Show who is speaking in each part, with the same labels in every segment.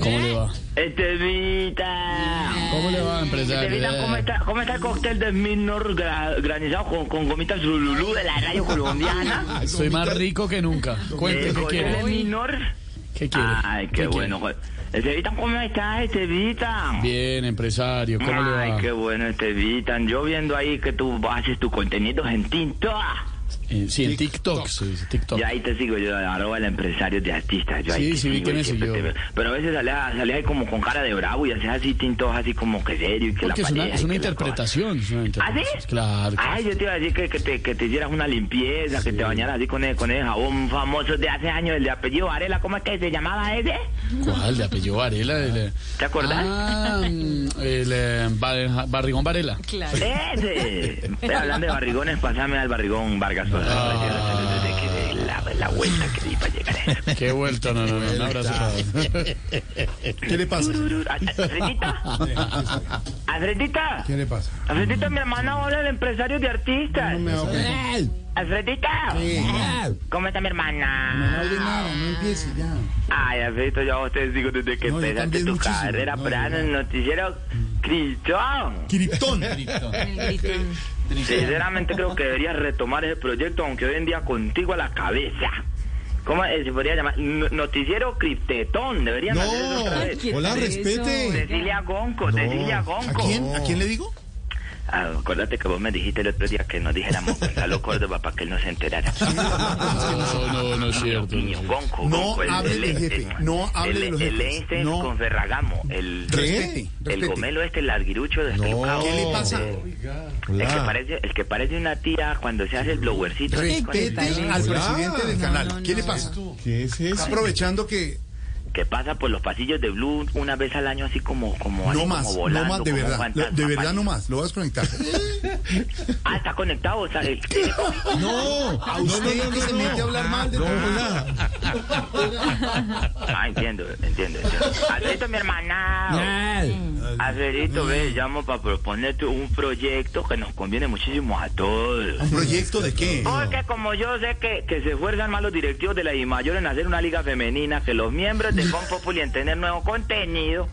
Speaker 1: ¿Cómo le va?
Speaker 2: Este, Estevita.
Speaker 1: ¿Cómo le va, empresario?
Speaker 2: Estevita, Este, ¿cómo está, cómo está el cóctel de Minor gra- granizado con, con gomitas Lululú de la radio colombiana?
Speaker 1: Soy más rico que nunca. Cuente,
Speaker 2: El
Speaker 1: ¿qué
Speaker 2: cóctel de
Speaker 1: quiere?
Speaker 2: Minor.
Speaker 1: ¿Qué quiere?
Speaker 2: Ay, qué bueno. Estevita, ¿cómo estás, Estevita?
Speaker 1: Bien, empresario, ¿cómo le
Speaker 2: Ay,
Speaker 1: va?
Speaker 2: qué bueno, Estevita. Yo viendo ahí que tú haces tus contenidos en TikTok.
Speaker 1: Eh, sí, en TikTok, se dice, TikTok.
Speaker 2: Yo ahí te sigo, yo arroba el empresario de artistas. Yo ahí
Speaker 1: Sí,
Speaker 2: te
Speaker 1: sí, vi
Speaker 2: sigo
Speaker 1: que
Speaker 2: y
Speaker 1: me
Speaker 2: siempre
Speaker 1: siguió.
Speaker 2: te veo. Pero a veces sale, sale ahí como con cara de bravo y haces así tintos, así como que serio. Y que
Speaker 1: Porque
Speaker 2: la
Speaker 1: es una,
Speaker 2: pareja
Speaker 1: es
Speaker 2: y
Speaker 1: una
Speaker 2: que la cosa.
Speaker 1: interpretación. es una
Speaker 2: ¿Ah, sí?
Speaker 1: interpretación. Claro.
Speaker 2: Ay, yo te iba a decir que, que te, que te hicieras una limpieza, que te bañaras así con el, con el jabón famoso de hace años, el de apellido Varela. ¿Códo es que se llamaba ese?
Speaker 1: ¿Cuál? De apellido Varela. el,
Speaker 2: ¿Te acordás?
Speaker 1: Ah, mm, el eh, Bar- Barrigón Varela.
Speaker 3: Claro.
Speaker 2: Ese. Pero hablando de barrigones, pasame al barrigón Vargas. por favor,
Speaker 1: Ah.
Speaker 2: que- que- la, la vuelta que di para llegar a eso.
Speaker 1: Qué vuelta, no, no, no. Un abrazo para
Speaker 4: ¿Qué le pasa?
Speaker 2: ¿Alfredita? ¿Alfredita?
Speaker 4: ¿Qué le pasa?
Speaker 2: Alfredita, mi hermano habla el empresario de artistas.
Speaker 4: No me hago
Speaker 2: Alfredita, ¿cómo está mi
Speaker 4: No
Speaker 2: hermana?
Speaker 4: oye nada, no empiece ya.
Speaker 2: Ay, Alfredito, yo a ustedes digo desde que
Speaker 4: No, yo
Speaker 2: empezaste
Speaker 4: también
Speaker 2: tu
Speaker 4: muchísimo.
Speaker 2: carrera,
Speaker 4: No,
Speaker 2: pero
Speaker 4: yo
Speaker 2: en
Speaker 4: no.
Speaker 2: el noticiero Cristón.
Speaker 4: Criptón.
Speaker 2: Sinceramente creo que deberías retomar ese proyecto, aunque hoy en día contigo a la cabeza. ¿Cómo eh, se podría llamar? No- Noticiero Criptetón, deberían
Speaker 4: No.
Speaker 2: hacer eso otra
Speaker 3: Ay,
Speaker 2: vez.
Speaker 3: qué
Speaker 4: Hola,
Speaker 3: preso.
Speaker 4: respete.
Speaker 2: Cecilia Gonco, Cecilia
Speaker 4: ¿A
Speaker 2: Gonco.
Speaker 4: quién? ¿A quién le digo?
Speaker 2: Ah, acuérdate que vos me dijiste el otro día que no dijéramos Gonzalo Córdoba para que él no se enterara.
Speaker 1: No, no, no es cierto. no es
Speaker 2: Niño,
Speaker 1: cierto.
Speaker 2: Gonco,
Speaker 4: No
Speaker 2: Gonco, el-
Speaker 4: hable
Speaker 2: el-
Speaker 4: de jefe,
Speaker 2: el-
Speaker 4: no hable de los
Speaker 2: el-
Speaker 4: jefes,
Speaker 2: El este
Speaker 4: no.
Speaker 2: con Ferragamo, el,
Speaker 4: Respete,
Speaker 2: el
Speaker 4: respete.
Speaker 2: gomelo este, el arguirucho despelucado.
Speaker 4: ¿Qué le pasa?
Speaker 2: El que, parece, el que parece una tía cuando se hace el blowercito. así con
Speaker 4: Respete
Speaker 2: esta-
Speaker 4: al presidente del canal. ¿Qué le pasa?
Speaker 5: ¿Qué es
Speaker 4: Está
Speaker 5: eso?
Speaker 4: aprovechando que
Speaker 2: que pasa por los pasillos de Blue una vez al año así como como así
Speaker 4: no
Speaker 2: como
Speaker 4: más, no
Speaker 2: volando,
Speaker 4: más, de
Speaker 2: como
Speaker 4: verdad.
Speaker 2: fantasma,
Speaker 4: lo- De verdad
Speaker 2: parece.
Speaker 4: no más, lo vas a desconectar.
Speaker 2: Ah, está conectado, o sea, el-
Speaker 4: No, a usted que se mete a hablar mal de todo.
Speaker 2: Ah, entiendo, entiendo. entiendo. Alfredito, mi hermana. Alfredito, ve, llamo para proponerte un proyecto que nos conviene muchísimo a todos.
Speaker 4: ¿Un proyecto de qué?
Speaker 2: Porque como yo sé que, que se esfuerzan más los directivos de la DIMAYOR en hacer una liga femenina que los miembros de Compopuli en tener nuevo contenido,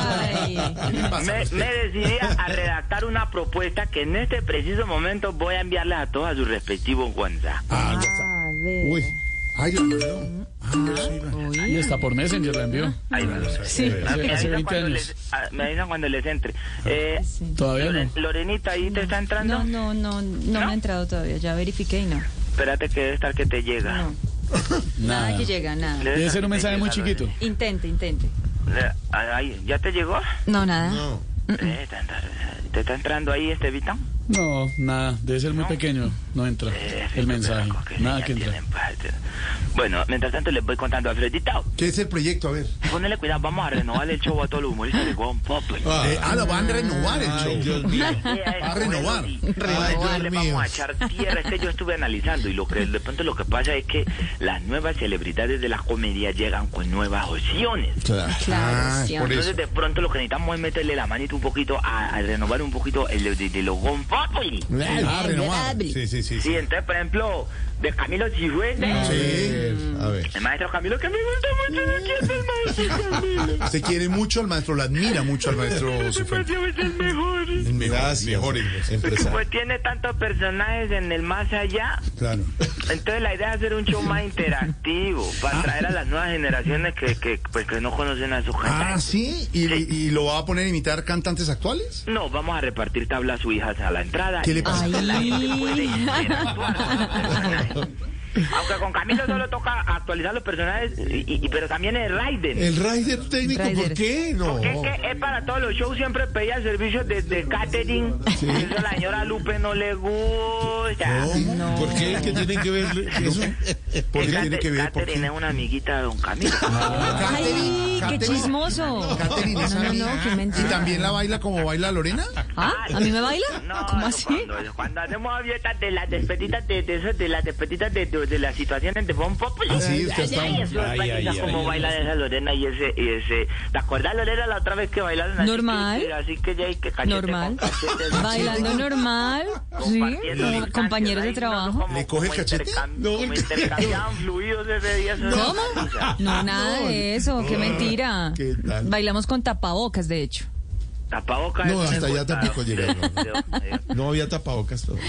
Speaker 4: ¿Qué le pasa?
Speaker 2: me, me decidí a- a redactar una propuesta que en este preciso momento voy a enviarles a todos a sus respectivos WhatsApp.
Speaker 4: Uy. Ay, Dios mío. Ah, Ay, Dios mío.
Speaker 1: Y está por Messenger la envió.
Speaker 2: Ahí va. Me
Speaker 1: Hace, hace
Speaker 2: avisan
Speaker 1: 20
Speaker 2: cuando
Speaker 1: años.
Speaker 2: les- ah, me avisan cuando les entre. Eh,
Speaker 1: Todavía
Speaker 2: Loren-
Speaker 1: no.
Speaker 2: Lorenita, ¿ahí te está entrando?
Speaker 3: No, no, no, no, me ha entrado todavía. Ya verifiqué y no.
Speaker 2: Espérate que debe estar que te llega.
Speaker 3: No. Nada, que llega, nada.
Speaker 2: Debe
Speaker 1: Debe
Speaker 2: estar
Speaker 1: ser
Speaker 2: que te
Speaker 1: un mensaje muy
Speaker 2: llega,
Speaker 1: chiquito.
Speaker 3: Intente, intente.
Speaker 2: Lore- Le- Eh, Ahí, ¿Ya te llegó?
Speaker 3: No, nada.
Speaker 2: Eh, está entrando- ¿Te está entrando ahí este Vitán?
Speaker 1: No, nada, debe ser muy
Speaker 2: No.
Speaker 1: pequeño, no entra
Speaker 2: Eh,
Speaker 1: el mensaje,
Speaker 2: pero que
Speaker 1: nada
Speaker 2: ya
Speaker 1: que entra.
Speaker 2: tienen parte. Bueno, mientras tanto les voy contando a Fredita.
Speaker 4: ¿Qué es el proyecto? A ver.
Speaker 2: Ponele cuidado, vamos a renovar el show a todos los humoristas de One Pop.
Speaker 4: Eh, Ah, lo van a renovar el
Speaker 5: Ay,
Speaker 4: show.
Speaker 5: Dios mío.
Speaker 4: a renovar.
Speaker 2: Renovar.
Speaker 4: Ay,
Speaker 2: Le
Speaker 4: Dios
Speaker 2: vamos
Speaker 4: mío.
Speaker 2: a echar tierra. Es que yo estuve analizando y lo que de pronto lo que pasa es que las nuevas celebridades de la comedia llegan con nuevas opciones.
Speaker 3: Claro,
Speaker 4: Ah,
Speaker 3: sí,
Speaker 4: por eso.
Speaker 2: Entonces de pronto lo que necesitamos es meterle la manito un poquito a, a renovar un poquito el de, de los One Populi.
Speaker 4: Ah, renovar.
Speaker 5: Sí, sí, sí.
Speaker 2: Sí, entonces por ejemplo de Camilo Cifuentes.
Speaker 5: Eh, A ver.
Speaker 2: El maestro Camilo que me gusta mucho de aquí es el maestro Camilo.
Speaker 4: Se quiere mucho al maestro, lo admira mucho al maestro Cifuentes.
Speaker 2: Es el mejor.
Speaker 4: El mejor,
Speaker 5: Gracias,
Speaker 4: mejor.
Speaker 5: empresario.
Speaker 2: Pues tiene tantos personajes en el más allá.
Speaker 4: Claro.
Speaker 2: Entonces la idea es hacer un show más interactivo
Speaker 4: Ah.
Speaker 2: para atraer a las nuevas generaciones que, que, pues, que no conocen a sus
Speaker 4: Ah,
Speaker 2: cantantes.
Speaker 4: sí. ¿Y, y lo va a poner a imitar cantantes actuales?
Speaker 2: No, vamos a repartir tablas suizas a la entrada.
Speaker 4: ¿Qué le pasa?
Speaker 2: La gente puede interactuar con los personajes. Aunque con Camilo solo toca actualizar los personajes, y, y- pero también el Raiden.
Speaker 4: El rider técnico, ¿por
Speaker 3: Rider.
Speaker 4: qué? No.
Speaker 2: Es que es para todos los shows, siempre pedía servicios de, de catering. Eso a la señora Lupe no le gusta.
Speaker 4: ¿Cómo? ¿Por qué? ¿Qué tiene que ver eso? ¿Por
Speaker 2: El
Speaker 4: qué tiene
Speaker 2: cate-
Speaker 4: que ver? ¿Por
Speaker 2: catering
Speaker 4: qué? Ah,
Speaker 2: es una amiguita de don Camilo.
Speaker 3: ¡Ay, qué
Speaker 4: Catherine.
Speaker 3: chismoso!
Speaker 4: Catherine, esa
Speaker 3: No, no,
Speaker 4: amiga.
Speaker 3: no, qué mentira.
Speaker 4: ¿Y también la baila como baila Lorena?
Speaker 3: ¿Ah? ¿A mí me baila?
Speaker 2: No,
Speaker 3: ¿Cómo
Speaker 2: no,
Speaker 3: así?
Speaker 2: Cuando, cuando hacemos abiertas de las despedidas de, de, esas- de las despedidas de, de, de las situaciones de Bon Pop.
Speaker 4: Ah, sí, usted está-
Speaker 2: Ay, eso
Speaker 5: Ay,
Speaker 2: es práctica
Speaker 5: ay, ay,
Speaker 2: como
Speaker 5: ay.
Speaker 2: baila esa Lorena y ese, y ese. ¿Te acuerdas Lorena la otra vez que bailaron así?
Speaker 3: Normal.
Speaker 2: Que- Así que ya hay que cachete
Speaker 3: Normal.
Speaker 2: con cachete,
Speaker 3: Bailando normal, sí,
Speaker 2: compartiendo
Speaker 3: con
Speaker 2: distancias,
Speaker 3: compañeros de
Speaker 2: ahí,
Speaker 3: trabajo.
Speaker 2: no, como-
Speaker 4: ¿Le coge el
Speaker 2: como
Speaker 4: cachete?
Speaker 2: intercam-
Speaker 4: No.
Speaker 2: Como intercambiaban fluidos ese día. eso era
Speaker 3: ¿Cómo?
Speaker 2: una risa.
Speaker 3: No, nada de eso, qué mentira.
Speaker 4: ¿Qué tal?
Speaker 3: Bailamos con tapabocas, de hecho.
Speaker 2: Tapabocas.
Speaker 4: No,
Speaker 2: es
Speaker 4: hasta allá
Speaker 2: injusta.
Speaker 4: tampoco llegaron.
Speaker 2: Dios mío.
Speaker 5: No había tapabocas todavía.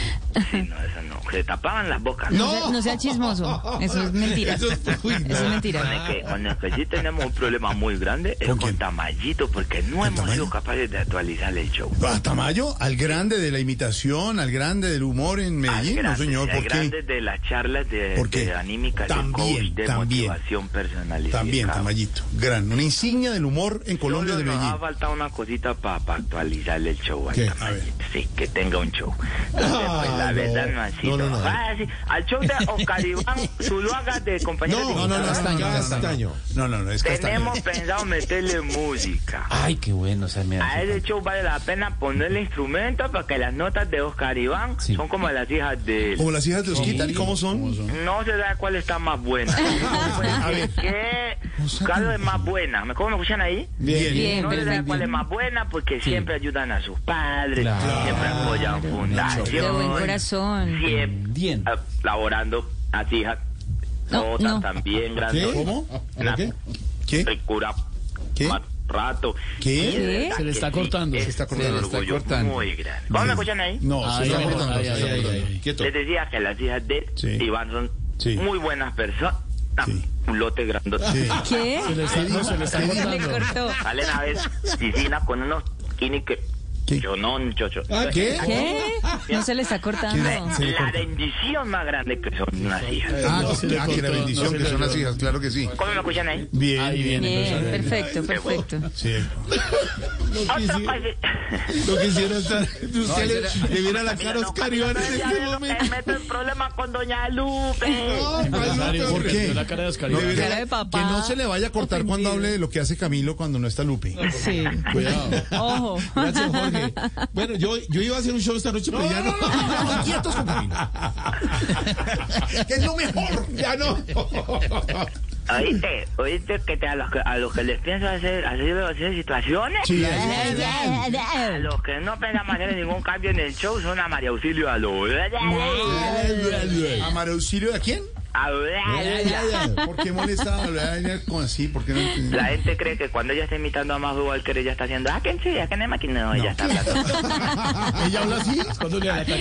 Speaker 2: Sí, no, eso no. Se tapaban las bocas.
Speaker 3: No, sea, no sea chismoso, eso es mentira.
Speaker 4: Eso es- uy,
Speaker 3: Eso es
Speaker 4: no.
Speaker 2: Con
Speaker 3: mentira.
Speaker 2: el, que, con el que sí tenemos un problema muy grande es con,
Speaker 4: ¿Con quién?
Speaker 2: Tamayito, porque no hemos
Speaker 4: Tamayo?
Speaker 2: sido capaces de actualizar el show.
Speaker 4: ¿A Tamayo? ¿Al grande de la imitación? ¿Al grande del humor en
Speaker 2: Al
Speaker 4: Medellín? No,
Speaker 2: grande,
Speaker 4: señor,
Speaker 2: al
Speaker 4: ¿por
Speaker 2: grande
Speaker 4: qué?
Speaker 2: de las charlas de,
Speaker 4: ¿Por qué?
Speaker 2: de anímicas,
Speaker 4: También,
Speaker 2: de coach, de
Speaker 4: también.
Speaker 2: motivación personalizada.
Speaker 4: También, Tamayito. Gran. Una insignia del humor en Colombia
Speaker 2: Solo
Speaker 4: de
Speaker 2: nos
Speaker 4: Medellín.
Speaker 2: ha faltado una cosita para actualizar el show al
Speaker 4: ¿Qué? A
Speaker 2: Tamayito. Sí, que tenga un show. Entonces,
Speaker 4: Ah,
Speaker 2: pues, la
Speaker 4: no.
Speaker 2: verdad no ha sido.
Speaker 4: No, no, no.
Speaker 2: Ah, sí, Al show de Oscar Iván Zuluaga de compañeros de
Speaker 4: No, no, no,
Speaker 2: Guitarra,
Speaker 4: Castaño,
Speaker 5: no, no,
Speaker 4: Castaño. No, no, no, es Castaño.
Speaker 2: Tenemos pensado meterle música.
Speaker 4: Ah,
Speaker 5: Ay, qué bueno, se me
Speaker 2: A ese show vale la pena ponerle instrumentos porque las notas de Oscar Iván
Speaker 5: Sí.
Speaker 2: son como las hijas de él.
Speaker 4: Como las hijas de Osquitan, ¿cómo son?
Speaker 2: No se sabe cuál está más buena. A ver. ¿Qué? Carlos es más buena. ¿Me- ¿Cómo me escuchan ahí?
Speaker 4: Bien.
Speaker 3: Bien,
Speaker 2: No se sabe
Speaker 3: perfecto.
Speaker 2: cuál es más buena porque siempre ayudan a sus padres,
Speaker 5: Claro.
Speaker 2: siempre apoyan
Speaker 3: De buen
Speaker 2: fundaciones,
Speaker 3: corazón.
Speaker 2: siempre
Speaker 5: Bien.
Speaker 2: ah, laborando a las hijas.
Speaker 3: No,
Speaker 2: Notas
Speaker 3: no.
Speaker 2: también
Speaker 4: ¿Qué?
Speaker 2: grandes.
Speaker 4: ¿Cómo?
Speaker 2: La
Speaker 4: ¿Qué? ¿Qué?
Speaker 2: ricura.
Speaker 4: ¿Qué?
Speaker 2: más Rato.
Speaker 4: ¿Qué?
Speaker 2: Y de
Speaker 3: ¿Qué?
Speaker 2: verdad
Speaker 1: Se le
Speaker 2: que
Speaker 1: está
Speaker 2: sí,
Speaker 1: cortando,
Speaker 2: es
Speaker 1: se
Speaker 5: está
Speaker 2: un
Speaker 5: cortando, se está
Speaker 2: orgullo
Speaker 5: cortando.
Speaker 2: Muy grande. ¿Cómo me escuchan ahí?
Speaker 4: No, se
Speaker 1: Ay,
Speaker 4: está
Speaker 1: ay,
Speaker 4: cortando,
Speaker 1: ay,
Speaker 4: se
Speaker 1: ay,
Speaker 4: está
Speaker 1: ay,
Speaker 4: cortando.
Speaker 1: ay.
Speaker 4: Quieto.
Speaker 2: Les decía que las hijas de
Speaker 4: Sí.
Speaker 2: Iván son
Speaker 4: Sí.
Speaker 2: muy buenas personas.
Speaker 4: Sí.
Speaker 2: Un lote grande.
Speaker 4: Sí.
Speaker 3: ¿Qué?
Speaker 1: Se le está, no, se le está
Speaker 3: Se le
Speaker 1: cortando.
Speaker 3: cortó.
Speaker 2: Salen a veces piscina con unos skinny que.
Speaker 4: ¿Qué?
Speaker 2: Yo no, muchacho.
Speaker 4: Ah, ¿qué?
Speaker 3: ¿Qué? No se le está cortando.
Speaker 4: Se le
Speaker 2: La
Speaker 4: cortó.
Speaker 2: bendición más grande que son unas hijas.
Speaker 4: Ah,
Speaker 1: No,
Speaker 4: que-
Speaker 1: se le
Speaker 4: ah, que la
Speaker 1: cortó,
Speaker 4: bendición
Speaker 1: no se
Speaker 4: que
Speaker 1: le
Speaker 4: son las
Speaker 1: oyó.
Speaker 4: hijas, claro que sí.
Speaker 2: ¿Cómo me escuchan ahí?
Speaker 4: Bien.
Speaker 1: Ahí viene.
Speaker 3: Bien,
Speaker 1: entonces,
Speaker 3: perfecto, perfecto.
Speaker 4: Sí.
Speaker 2: Otra cosa.
Speaker 4: No quisiera estar. Usted le, le viera la cara a Oscar Iván en
Speaker 2: Ya
Speaker 4: este
Speaker 2: veo que
Speaker 4: momento.
Speaker 2: meto el problema con Doña Lupe.
Speaker 1: empresario,
Speaker 4: ¿Por qué?
Speaker 1: vio la cara de Oscar
Speaker 4: No,
Speaker 1: Iván.
Speaker 4: de verdad,
Speaker 3: Cara de papá.
Speaker 4: Que no se le vaya a cortar cuando
Speaker 3: Ofendido.
Speaker 4: hable de lo que hace Camilo cuando no está Lupe.
Speaker 3: Sí.
Speaker 1: Cuidado.
Speaker 3: Ojo.
Speaker 5: Gracias, Jorge. Bueno, yo, yo iba a hacer un show esta noche, pero ya no.
Speaker 4: quietos con Camilo. que es lo mejor. Ya no.
Speaker 2: Oíste, oíste que te- a, los que, a los que les pienso hacer, hacer, hacer situaciones.
Speaker 4: Sí,
Speaker 2: A los que no pensamos hacer ningún cambio en el show son a María Auxilio a lo.
Speaker 4: ¿A María Auxilio de quién?
Speaker 2: A lo-
Speaker 4: ¿Por qué molesta a la con así? ¿Por qué no
Speaker 2: La gente cree que cuando ella está imitando a Majo Walker, ella está haciendo, ah, ¿quién sí? ¿A quién es máquina? No, ella está hablando.
Speaker 4: Ah, ¿Ella habla así?
Speaker 1: ¿Cuándo le da la cara?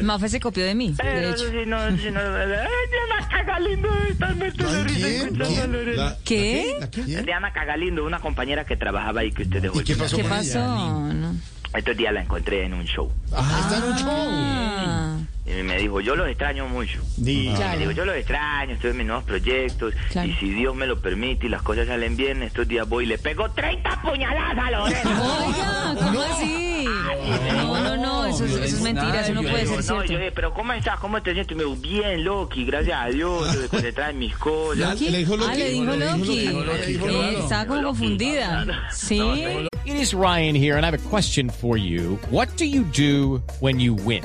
Speaker 3: Mafe se copió de mí, de
Speaker 2: Pero
Speaker 3: hecho.
Speaker 2: eso sí, no, sí, no. ¡Ay, Diana Cagalindo estar muerto de risa
Speaker 4: ¿Quién?
Speaker 2: escuchando a
Speaker 4: ¿Quién?
Speaker 2: Lorena!
Speaker 4: ¿La-
Speaker 3: ¿Qué?
Speaker 4: la quién?
Speaker 2: Diana Cagalindo, una compañera que trabajaba ahí que usted dejó.
Speaker 4: ¿Y qué pasó
Speaker 3: ¿Qué
Speaker 4: con
Speaker 3: pasó?
Speaker 4: ella?
Speaker 3: No.
Speaker 2: Estos días la encontré en un show.
Speaker 4: Ah, está en un show.
Speaker 3: Ah,
Speaker 2: Y me dijo, yo los extraño mucho.
Speaker 4: Ni-
Speaker 2: Le digo, yo los extraño, estoy en mis nuevos proyectos.
Speaker 3: Claro.
Speaker 2: Y si Dios me lo permite y las cosas salen bien, estos días voy y le pego 30 puñaladas a Lorena.
Speaker 3: Oiga, ¿cómo así? No, no, no, eso, es- eso es mentira, eso no
Speaker 2: Yo
Speaker 3: puede
Speaker 2: digo,
Speaker 3: ser
Speaker 2: no, yo
Speaker 3: cierto.
Speaker 2: dije, pero ¿cómo estás? ¿Cómo te sientes? Y Me dijo, bien, Loki, gracias a Dios, yo concentrada en mis cosas.
Speaker 5: Le dijo lo
Speaker 3: Ah, le
Speaker 5: que-
Speaker 3: dijo Loki.
Speaker 1: dijo Loki,
Speaker 3: Eh,
Speaker 1: claro.
Speaker 3: Estaba como confundida. Sí.
Speaker 6: It is Ryan here, and I have a question for you. What do you do when you win?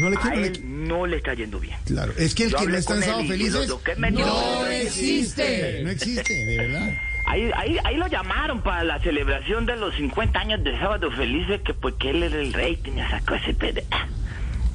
Speaker 4: No le
Speaker 2: A
Speaker 4: quiero...
Speaker 2: él no le está yendo bien.
Speaker 4: Claro, es que el
Speaker 2: Yo
Speaker 4: que no
Speaker 2: hablé
Speaker 4: está
Speaker 2: con
Speaker 4: en
Speaker 2: él
Speaker 4: Sábado
Speaker 2: y
Speaker 4: Felices...
Speaker 2: lo- lo que me-
Speaker 4: No
Speaker 3: existe.
Speaker 4: No existe, de verdad.
Speaker 2: Ahí, ahí, ahí lo llamaron para la celebración de los 50 años de Sábado Felices, que porque él era el rey, tenía esa cosa. Pero, ah,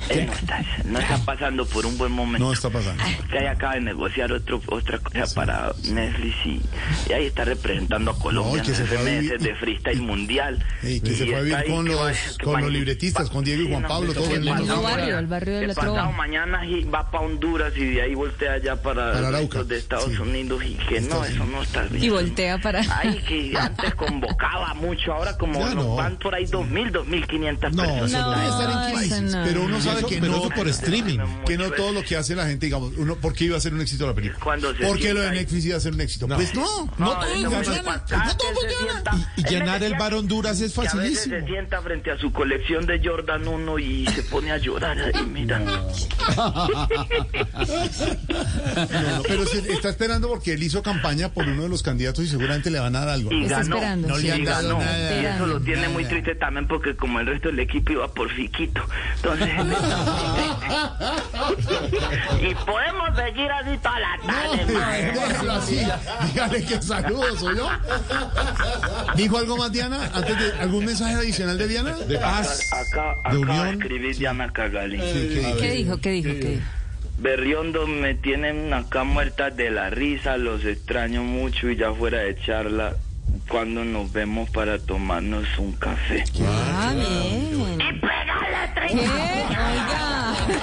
Speaker 2: él no está, no está pasando por un buen momento.
Speaker 4: No está pasando.
Speaker 2: Que ahí acaba de negociar otro, otra cosa para Netflix y, y ahí está representando a Colombia
Speaker 4: No, y que
Speaker 2: en
Speaker 4: se
Speaker 2: ese
Speaker 4: fue a vivir-
Speaker 2: de freestyle mundial.
Speaker 4: Y que se fue
Speaker 2: está
Speaker 4: a vivir
Speaker 2: ahí,
Speaker 4: con
Speaker 2: que va-
Speaker 4: los-
Speaker 2: que
Speaker 4: con
Speaker 2: va-
Speaker 4: los libretistas, con Diego y Juan
Speaker 2: no,
Speaker 4: Pablo,
Speaker 2: que
Speaker 4: todo el
Speaker 3: mundo.
Speaker 2: pasado-
Speaker 3: Otro barrio, el barrio de la
Speaker 2: pasado
Speaker 3: trova.
Speaker 2: mañana y va para Honduras y de ahí voltea ya para,
Speaker 4: Para Arauca,
Speaker 2: los de Estados
Speaker 4: sí.
Speaker 2: Unidos y que no,
Speaker 4: Estados
Speaker 2: eso no está bien.
Speaker 3: Y voltea para.
Speaker 2: Ay, que antes convocaba mucho, ahora como
Speaker 4: Ya
Speaker 2: nos
Speaker 4: no.
Speaker 2: van por ahí 2.000, 2.500
Speaker 4: No,
Speaker 2: personas.
Speaker 4: eso no,
Speaker 3: No,
Speaker 4: estar en
Speaker 3: eso
Speaker 4: crisis.
Speaker 3: no.
Speaker 4: Pero uno sabe
Speaker 5: eso-
Speaker 4: que
Speaker 5: pero
Speaker 4: no.
Speaker 5: eso por streaming,
Speaker 4: Que no todo lo que hace la gente, digamos, uno, ¿por qué iba a ser un éxito la película?
Speaker 2: Cuando se
Speaker 4: ¿Por qué lo de
Speaker 2: sienta ahí.
Speaker 4: Netflix iba a ser un éxito? Pues no, no,
Speaker 2: No,
Speaker 4: todo
Speaker 2: eso
Speaker 4: funciona.
Speaker 2: es bastante,
Speaker 4: No todo
Speaker 2: él se
Speaker 4: funciona.
Speaker 2: sienta-
Speaker 5: Y,
Speaker 2: él
Speaker 5: y
Speaker 2: me
Speaker 5: llenar el
Speaker 2: decía
Speaker 5: bar Honduras es
Speaker 2: que a veces se
Speaker 5: facilísimo.
Speaker 2: sienta frente a su colección de Jordan 1 y se pone a llorar ahí, mira.
Speaker 4: No, no, pero se está esperando porque él hizo campaña por uno de los candidatos y seguramente le van a dar algo.
Speaker 2: Y
Speaker 3: Está
Speaker 2: ganó.
Speaker 3: esperando,
Speaker 4: No le
Speaker 2: y
Speaker 4: han dado
Speaker 2: ganó.
Speaker 4: nada,
Speaker 2: y eso lo tiene muy
Speaker 4: nada.
Speaker 2: triste también porque como el resto del equipo iba por Fiquito. Entonces... y podemos seguir así toda la tarde. madre.
Speaker 4: Déjalo así. Dígale que saludos, soy yo. ¿Dijo algo más, Diana? Antes de, ¿Algún mensaje adicional de Diana? De paz.
Speaker 2: Acá, acá
Speaker 4: ¿De unión?
Speaker 2: escribí Diana Cagalín.
Speaker 3: ¿Qué dijo? ¿Qué dijo? ¿Qué dijo?
Speaker 2: Berriondo me tienen acá muerta de la risa, los extraño mucho y ya fuera de charla, cuando nos vemos para tomarnos un café.
Speaker 3: Ah, bien. ¿Qué? Oiga.